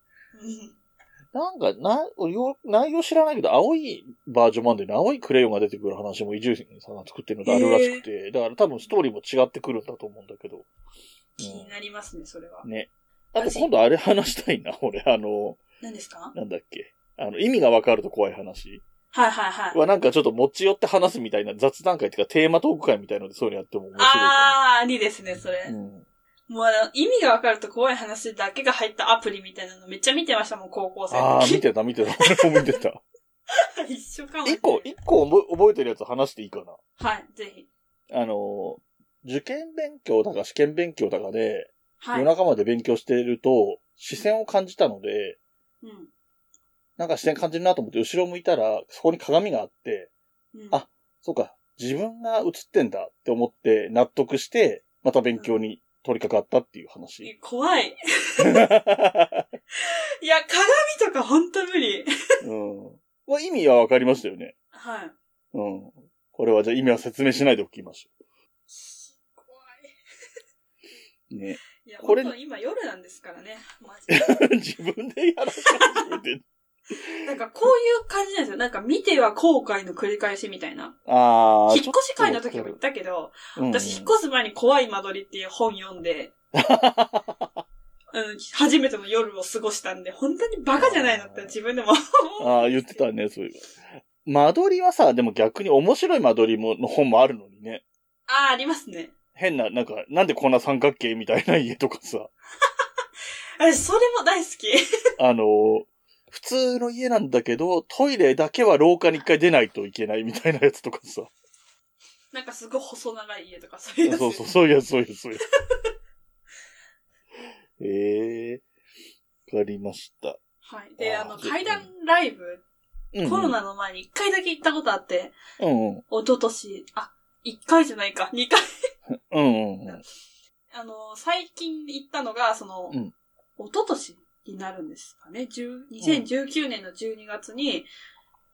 Speaker 2: なんか、な、よ内容知らないけど、青いバージョンもあるんだよね。青いクレヨンが出てくる話も伊集院さんが作ってるのであるらしくて、だから多分ストーリーも違ってくるんだと思うんだけど。
Speaker 1: 気になりますね、それは。
Speaker 2: ね。あと今度あれ話したいな、俺。あの、
Speaker 1: 何ですか
Speaker 2: なんだっけ。あの、意味がわかると怖い話
Speaker 1: はいはいはい。
Speaker 2: はなんかちょっと持ち寄って話すみたいな雑談会っていうかテーマトーク会みたいのでそういうのやっても面白いか
Speaker 1: あー、ありですね、そ
Speaker 2: な。う
Speaker 1: れ。
Speaker 2: ん。
Speaker 1: もうあの、意味がわかると怖い話だけが入ったアプリみたいなのめっちゃ見てましたもん、高校生
Speaker 2: あ
Speaker 1: の
Speaker 2: あ、
Speaker 1: 時
Speaker 2: 見。てた見てた。俺も見て た。
Speaker 1: 一緒かも。
Speaker 2: 一個、一個覚え覚えてるやつ話していいかな。
Speaker 1: はい、ぜひ。
Speaker 2: あの、受験勉強だか試験勉強だかで、
Speaker 1: はい。
Speaker 2: 夜中まで勉強してると、視線を感じたので、
Speaker 1: うん。
Speaker 2: なんか視線感じるなと思って後ろ向いたら、そこに鏡があって、
Speaker 1: うん、
Speaker 2: あそうか、自分が映ってんだって思って納得して、また勉強に取り掛かったっていう話。
Speaker 1: え怖 い。いや、鏡とかほんと無理。
Speaker 2: うん。まあ意味はわかりましたよね。
Speaker 1: はい。
Speaker 2: うん。これはじゃあ意味は説明しないでおきましょ
Speaker 1: 怖い。
Speaker 2: う。ね。
Speaker 1: いや、
Speaker 2: こ
Speaker 1: こ
Speaker 2: れ
Speaker 1: れ今夜なんですからね。マジで。
Speaker 2: 自分でやらせて。
Speaker 1: なんかこういう感じなんですよ。なんか見ては後悔の繰り返しみたいな。
Speaker 2: ああ。
Speaker 1: 引っ越し会の時も言ったけど、
Speaker 2: うん
Speaker 1: 私引っ越す前に怖い間取りっていう本読ん で、うん、初めての夜を過ごしたんで、本当にバカじゃないのって自分でも。
Speaker 2: ああ、言ってたね、そういえば。間取りはさ、でも逆に面白い間取りも、の本もあるのにね。
Speaker 1: ああ、ありますね。
Speaker 2: 変な、なんか、なんでこんな三角形みたいな家と かさ、
Speaker 1: あそれも大好き。
Speaker 2: あのー普通の家なんだけど、トイレだけは廊下に一回出ないといけないみたいなやつとかさ。
Speaker 1: なんかすごい細長い家とかそういうやつ。
Speaker 2: そうそう、そういうやつ、そういうやつ、そういうやつ。 ええわかりました。
Speaker 1: はい。で、あ
Speaker 2: あ
Speaker 1: の、
Speaker 2: ー
Speaker 1: 階段ライブ、
Speaker 2: うんうん
Speaker 1: コロナの前に一回だけ行ったことあって、
Speaker 2: うんうん。
Speaker 1: 一昨年、あ、一回じゃないか、二回。
Speaker 2: うんうんうん。
Speaker 1: あの、最近行ったのが、その、
Speaker 2: うん
Speaker 1: 一昨年になるんですかね。10 2019年の12月に、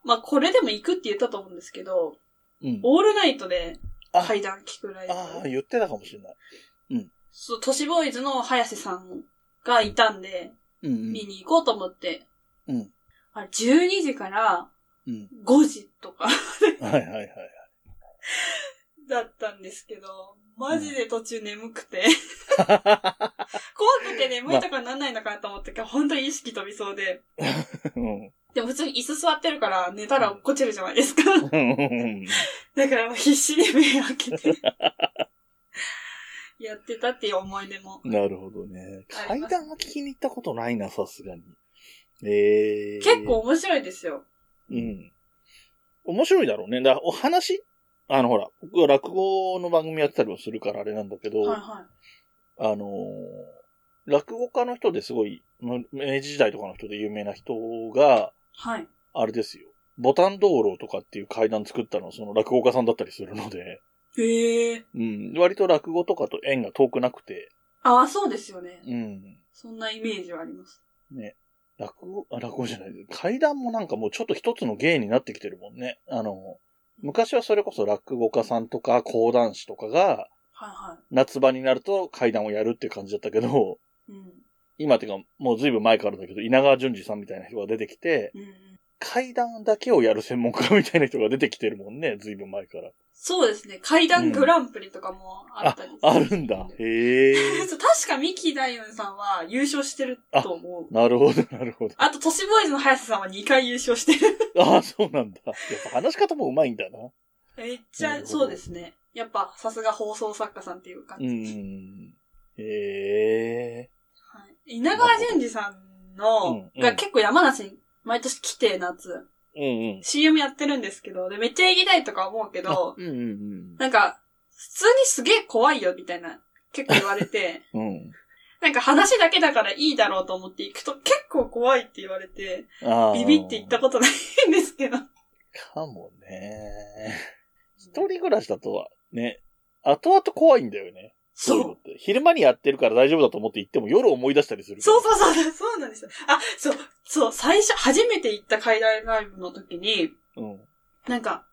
Speaker 1: まあ、これでも行くって言ったと思うんですけど、
Speaker 2: うん。
Speaker 1: オールナイトで
Speaker 2: あ
Speaker 1: 階段聞くライ
Speaker 2: ああ、
Speaker 1: ブ。
Speaker 2: 言ってたかもしれない。
Speaker 1: そう、都市ボーイズの早瀬さんがいたんで、
Speaker 2: うんうん
Speaker 1: 見に行こうと思って。
Speaker 2: うん
Speaker 1: あれ、12時から
Speaker 2: うん。
Speaker 1: 5時とか
Speaker 2: はいはいはい。
Speaker 1: だったんですけど、マジで途中眠くて、 怖くて眠いとかなんないのかなと思ったけど、本当に意識飛びそうで。
Speaker 2: うん。
Speaker 1: でも普通に椅子座ってるから寝たら落っこちるじゃないですか。
Speaker 2: うんうん
Speaker 1: だからもう必死に目開けて。やってたっていう思い出も
Speaker 2: う。んなるほどね。
Speaker 1: あ
Speaker 2: 階
Speaker 1: ります
Speaker 2: 段は聞きに行ったことないな、さすがに。ええ
Speaker 1: 結構。面白いですよ。
Speaker 2: うん。面白いだろうね。だからお話あの、ほら、僕は落語の番組やってたりもするからあれなんだけど、
Speaker 1: はいは
Speaker 2: あのー落語家の人ですごい、む明治時代とかの人で有名な人が、
Speaker 1: い。はい。
Speaker 2: あれですよ。ボタン道路とかっていう階段作ったのはその落語家さんだったりするので、
Speaker 1: へえ。
Speaker 2: うん。割と落語とかと縁が遠くなくて、
Speaker 1: ああ、そうですよね。
Speaker 2: うん。
Speaker 1: そんなイメージはあります。
Speaker 2: 落語、あ、落語じゃない。階段もなんかもうちょっと一つの芸になってきてるもんね。あの、昔はそれこそ落語家さんとか講談師とかが
Speaker 1: はいは
Speaker 2: 夏場になると階段をやるっていう感じだったけど、
Speaker 1: い。うん。
Speaker 2: 今っていうかもう随分前からだけど、稲川淳二さんみたいな人が出てきて、
Speaker 1: うんうん。
Speaker 2: 階段だけをやる専門家みたいな人が出てきてるもんね、随分前から。
Speaker 1: そうですね。階段グランプリとかもあったり、
Speaker 2: あるんだ。へえ。
Speaker 1: そう確かミキダイオンさんは優勝してると思う。
Speaker 2: なるほど、なるほど。
Speaker 1: あと、都市ボーイズの早瀬さんは2回優勝 してる。
Speaker 2: ああ、そうなんだ。やっぱ話し方もうまいんだな。
Speaker 1: めっち
Speaker 2: なる
Speaker 1: ゃ、
Speaker 2: ほど
Speaker 1: そうですね。やっぱ、さすが放送作家さんっていう感
Speaker 2: う
Speaker 1: じ。
Speaker 2: ん。へえ。
Speaker 1: はい、稲川淳二さんの、
Speaker 2: うんう
Speaker 1: が
Speaker 2: ん
Speaker 1: 結構山梨に毎年来て、夏。
Speaker 2: うん
Speaker 1: CM やってるんですけど、で、めっちゃ行きたいとか思うけど、
Speaker 2: うん。うんうん
Speaker 1: なんか、普通にすげえ怖いよ、みたいな、結構言われ て、
Speaker 2: うん。うん。
Speaker 1: なんか話だけだからいいだろうと思って行くと結構怖いって言われて、
Speaker 2: あー
Speaker 1: ビビって行ったことないんですけど。
Speaker 2: かもね。一人暮らしだとは、ね、後々怖いんだよね。
Speaker 1: そ
Speaker 2: いうの
Speaker 1: う
Speaker 2: っ。て。昼間にやってるから大丈夫だと思って行っても夜思い出したりするか
Speaker 1: そ
Speaker 2: ら。
Speaker 1: うそうそう、そうなんですよ。あ、そう、そう、最初、初めて行った海外ライブの時に、
Speaker 2: うん。
Speaker 1: なんか、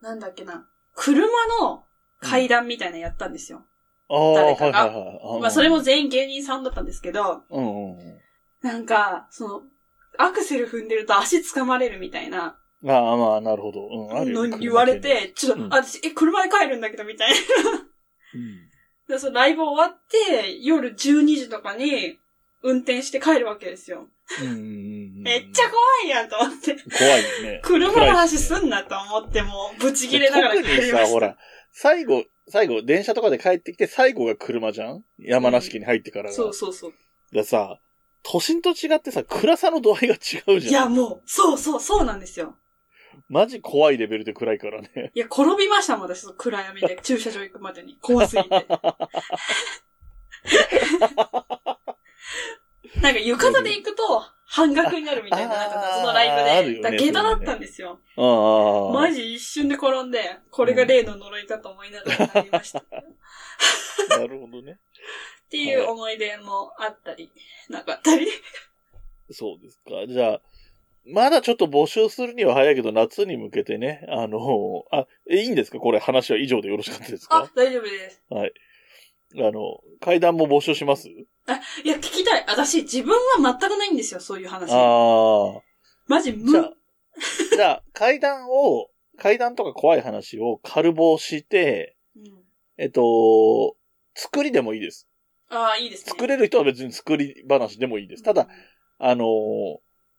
Speaker 1: なんだっけな、車の階段みたいなのやったんですよ。
Speaker 2: ああ、はい
Speaker 1: 誰
Speaker 2: は
Speaker 1: か
Speaker 2: い
Speaker 1: が
Speaker 2: はい。
Speaker 1: まあ、それも、全員芸人さんだったんですけど、
Speaker 2: うんうんう
Speaker 1: なんか、その、アクセル踏んでると足掴まれるみたいな、
Speaker 2: ん。ああ、まあ、なるほど。うん、あるよ
Speaker 1: の
Speaker 2: ね
Speaker 1: に言われ。て、ちょっ
Speaker 2: うん
Speaker 1: と、あ私、え、車で帰るんだけど、みたいな。 で、そのライブ終わって、夜12時とかに、運転して帰るわけですよ。
Speaker 2: 車でねうん。うんうんうん
Speaker 1: めっちゃ怖いやんと思って。
Speaker 2: 怖いよね。
Speaker 1: 車の話すんなと思って、もう、ぶち切れながら帰
Speaker 2: 特に
Speaker 1: りました。
Speaker 2: さ、ほら、最後、最後、電車とかで帰ってきて、最後が車じゃん山梨県に入ってからが。
Speaker 1: そうそうそう。
Speaker 2: ださ、都心と違ってさ、暗さの度合いが違うじゃん。
Speaker 1: いや、もう、そうそう、そうなんですよ。
Speaker 2: マジ怖いレベルで暗いからね。
Speaker 1: いや、転びましたもん、私、その暗闇で、駐車場行くまでに。怖すぎて。なんか、浴衣で行くと、半額になるみたいな、
Speaker 2: あ
Speaker 1: なんか
Speaker 2: あー
Speaker 1: 謎のラ
Speaker 2: あ
Speaker 1: イブ
Speaker 2: る
Speaker 1: で
Speaker 2: よね。
Speaker 1: だから下駄だったんですよ。
Speaker 2: ああ。
Speaker 1: マジ一瞬で転んで、これが例の呪いかと思いながら帰りました。っ
Speaker 2: なるほどね。
Speaker 1: ていう思い出もあったり、なかったり。
Speaker 2: そうですか。じゃあ、まだちょっと募集するには早いけど、夏に向けてね、あの、あ、えいいんですかこれ話は以上でよろしかったですか
Speaker 1: あ
Speaker 2: あ、
Speaker 1: 大丈夫です。
Speaker 2: の、階段も募集します
Speaker 1: いや、聞きたい。私、自分は全くないんですよ、そういう話。
Speaker 2: ああ。
Speaker 1: マジ
Speaker 2: じゃあ
Speaker 1: 無。、
Speaker 2: じゃあ、階段を、階段とか怖い話を軽棒して、
Speaker 1: うん
Speaker 2: えっと、作りでもいいです。
Speaker 1: ああ、いいですね。
Speaker 2: 作れる人は別に作り話でもいいです。ただ、
Speaker 1: う
Speaker 2: あの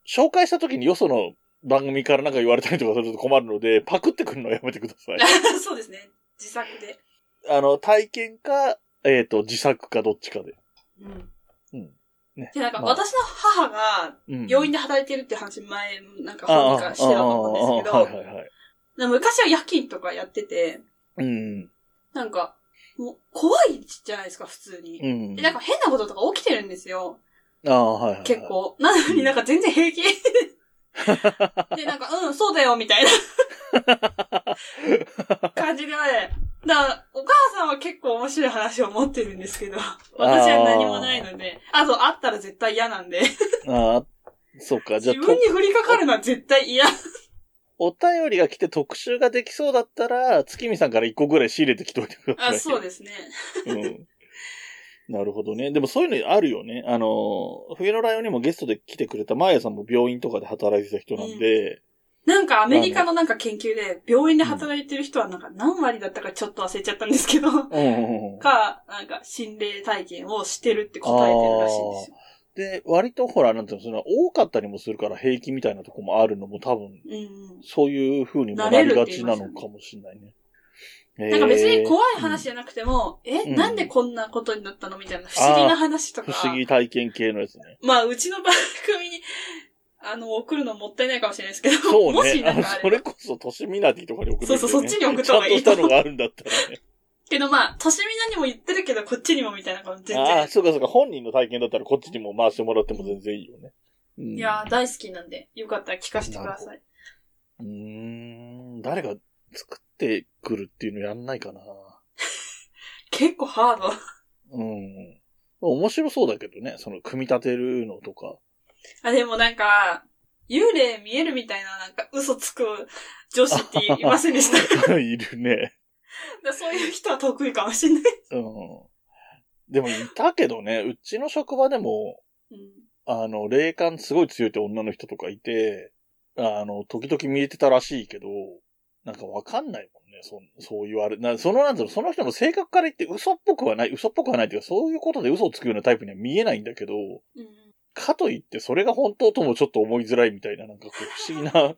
Speaker 2: 紹介した時によその番組からなんか言われたりとかすると困るので、パクってくるのはやめてくだ さい。
Speaker 1: ん そうですね。自作で。
Speaker 2: あの、体験か、えっ、と、自作かどっちかで。
Speaker 1: うん。
Speaker 2: うん。ね
Speaker 1: で、なんか、
Speaker 2: まあ
Speaker 1: 私の母が、
Speaker 2: うん
Speaker 1: 病院で働いてるって話、前、なんか、
Speaker 2: あ
Speaker 1: 本
Speaker 2: ああ
Speaker 1: か
Speaker 2: あ
Speaker 1: してたと思うんですけ
Speaker 2: あ
Speaker 1: ど
Speaker 2: あはいはいはい。、
Speaker 1: で昔は夜勤とかやってて、
Speaker 2: うん。
Speaker 1: なんか、もう、怖いじゃないですか、普通に。
Speaker 2: うん。
Speaker 1: でなんか変なこととか起きてるんですよ。
Speaker 2: ああ、はいはいはい。
Speaker 1: 結。構。なのになんか全然平気。 で、なんか、うん、そうだよ、みたい な感じで、だから、お母さんは結構面白い話を持ってるんですけど、私は何もないので、あと、あったら絶対嫌なんで、
Speaker 2: ああ、そうか。じゃ
Speaker 1: 自
Speaker 2: あ、
Speaker 1: 分に降りかかるのは絶対嫌。
Speaker 2: お便りが来て特集ができそうだったら、月見さんから一個ぐらい仕入れてきておいてください。
Speaker 1: あ、そうですね。
Speaker 2: うん。なるほどね。でもそういうのあるよね。あの、冬のライオンにもゲストで来てくれたマーヤさんも病院とかで働いてた人なんで、
Speaker 1: なんかアメリカのなんか研究で、病院で働いてる人はなんか何割だったかちょっと忘れちゃったんですけど、
Speaker 2: うんうんうん
Speaker 1: か、なんか心霊体験をしてるって答えてるらしいんですよ。
Speaker 2: で、割とほら、なんていうの、その多かったりもするから平気みたいなとこもあるのも多分、
Speaker 1: うんうん。
Speaker 2: そういう風にもなりがちなのかもしれないね。
Speaker 1: なんか別に怖い
Speaker 2: えー
Speaker 1: 話じゃなくても、え、
Speaker 2: うん
Speaker 1: なんでこんなことになったのみたいな不思議な話と
Speaker 2: うん
Speaker 1: か。
Speaker 2: 不思議体験系のやつね。
Speaker 1: まあ、うちの番組に、 あの、送るのもったいないかもしれないですけど、
Speaker 2: そう
Speaker 1: もし
Speaker 2: ね。
Speaker 1: な
Speaker 2: あ
Speaker 1: ん
Speaker 2: の
Speaker 1: かあ
Speaker 2: そ
Speaker 1: れ
Speaker 2: れ
Speaker 1: ば。
Speaker 2: こそ、都市ミナティとかに送る、
Speaker 1: そうそう、そっちに送った方がいい
Speaker 2: ちゃ
Speaker 1: と
Speaker 2: んと
Speaker 1: 思
Speaker 2: したの
Speaker 1: う。
Speaker 2: があるんだったらね。
Speaker 1: けどまあ、としみなにも言ってるけど、こっちにもみたいな感じ全
Speaker 2: ああ、
Speaker 1: 然。
Speaker 2: そうかそうか。本人の体験だったらこっちにも回してもらっても全然いいよね。うん、
Speaker 1: いやー、大好きなんで、よかったら聞かせてください。
Speaker 2: うーん、誰が作ってくるっていうのやんないかな。
Speaker 1: 結構ハード。
Speaker 2: うん。面白そうだけどね。その、組み立てるのとか。
Speaker 1: あ、でもなんか、幽霊見えるみたいな、なんか嘘つく女子っていませんで した。だか
Speaker 2: いるね。
Speaker 1: らそういう人は得意かもしれない。
Speaker 2: うん。でも、いたけどね。うちの職場でも、
Speaker 1: うん
Speaker 2: あの、霊感すごい強いって女の人とかいて、あの、時々見えてたらしいけど、なんかわかんないもんね、そそう言われ、なその、なんだろうの、その人の性格から言って嘘っぽくはない、嘘っぽくはないっていうか、そういうことで嘘をつくようなタイプには見えないんだけど、
Speaker 1: うんうん。
Speaker 2: かといってそれが本当ともちょっと思いづらいみ たいな、なんかこう不思議な、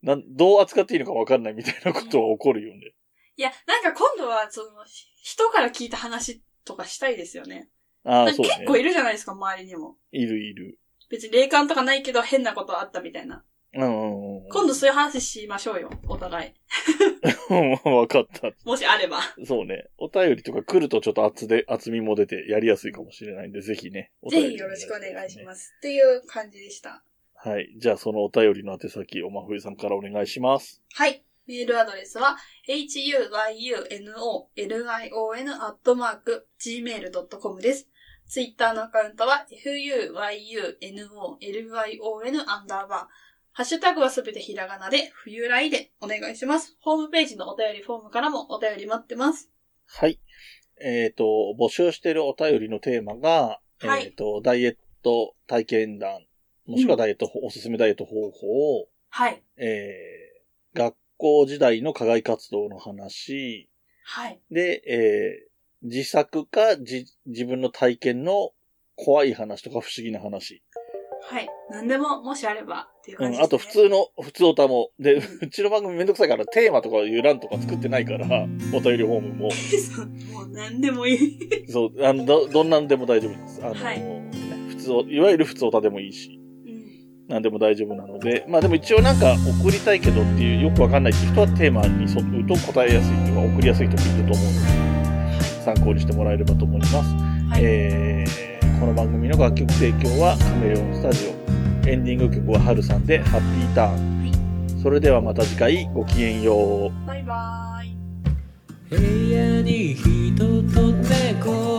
Speaker 2: なんどう扱っていいのかわかんないみたいなことは起こるよね。
Speaker 1: いや、なんか今度は、その、人から聞いた話とかしたいですよね。
Speaker 2: ああ、
Speaker 1: なん
Speaker 2: そ
Speaker 1: か
Speaker 2: うだ
Speaker 1: 結構
Speaker 2: ね。
Speaker 1: いるじゃないですか、周りにも。
Speaker 2: いるいる。
Speaker 1: 別に霊感とかないけど変なことあったみたいな。
Speaker 2: うんうんうん。
Speaker 1: 今度そういう話しましょうよ、お互い。
Speaker 2: うん わかった。
Speaker 1: もしあれば。
Speaker 2: そうね。お便りとか来るとちょっと厚で、厚みも出てやりやすいかもしれないんで、ぜひね。お便
Speaker 1: ぜ
Speaker 2: り
Speaker 1: ひよろしくお願いし
Speaker 2: すね。
Speaker 1: ます。っていう感じでした。
Speaker 2: はい。じゃあ、そのお便りの宛先、おまふゆさんからお願いします。
Speaker 1: はい。メールアドレスは、huyunolion.gmail.com です。ツイッターのアカウントは、fuyunolion アンダーバー。ハッシュタグはすべてひらがなで、冬来でお願いします。ホームページのお便りフォームからもお便り待ってます。
Speaker 2: はい。えっ、と、募集しているお便りのテーマが、
Speaker 1: はい
Speaker 2: えっ、と、ダイエット体験談、もしくはダイエット、おすすめダイエット方法、
Speaker 1: はい。
Speaker 2: えー、学校時代の課外活動の話、
Speaker 1: はい。
Speaker 2: で、えー、自作か自、自分の体験の怖い話とか不思議な話。
Speaker 1: はい。何でも、もしあれば、っていう
Speaker 2: う
Speaker 1: 感じ
Speaker 2: ん、
Speaker 1: です、ね。
Speaker 2: あと普通の、普通オタも。で、 うちの番組めんどくさいからテーマとかいう欄とか作ってないから、お便りフォームも。
Speaker 1: そうもう何でもいい。
Speaker 2: そう、あの、ど、どんなんでも大丈夫です。あの、
Speaker 1: はい
Speaker 2: ね普通お、いわゆる普通オタでもいい
Speaker 1: う
Speaker 2: し、
Speaker 1: ん。
Speaker 2: なんでも大丈夫なので、まあでも一応なんか送りたいけどっていう、よくわかんないっていう人はテーマに沿うと答えやすいっていうか、送りやすい人もいると思うので、参考にしてもらえればと思います。
Speaker 1: はい。
Speaker 2: えーこの番組の楽曲提供はカメレオンスタジオエンディング曲はハルさんで「ハッピーターン」それではまた次回ごきげんよう
Speaker 1: バイバーイ。
Speaker 3: 部屋に人と猫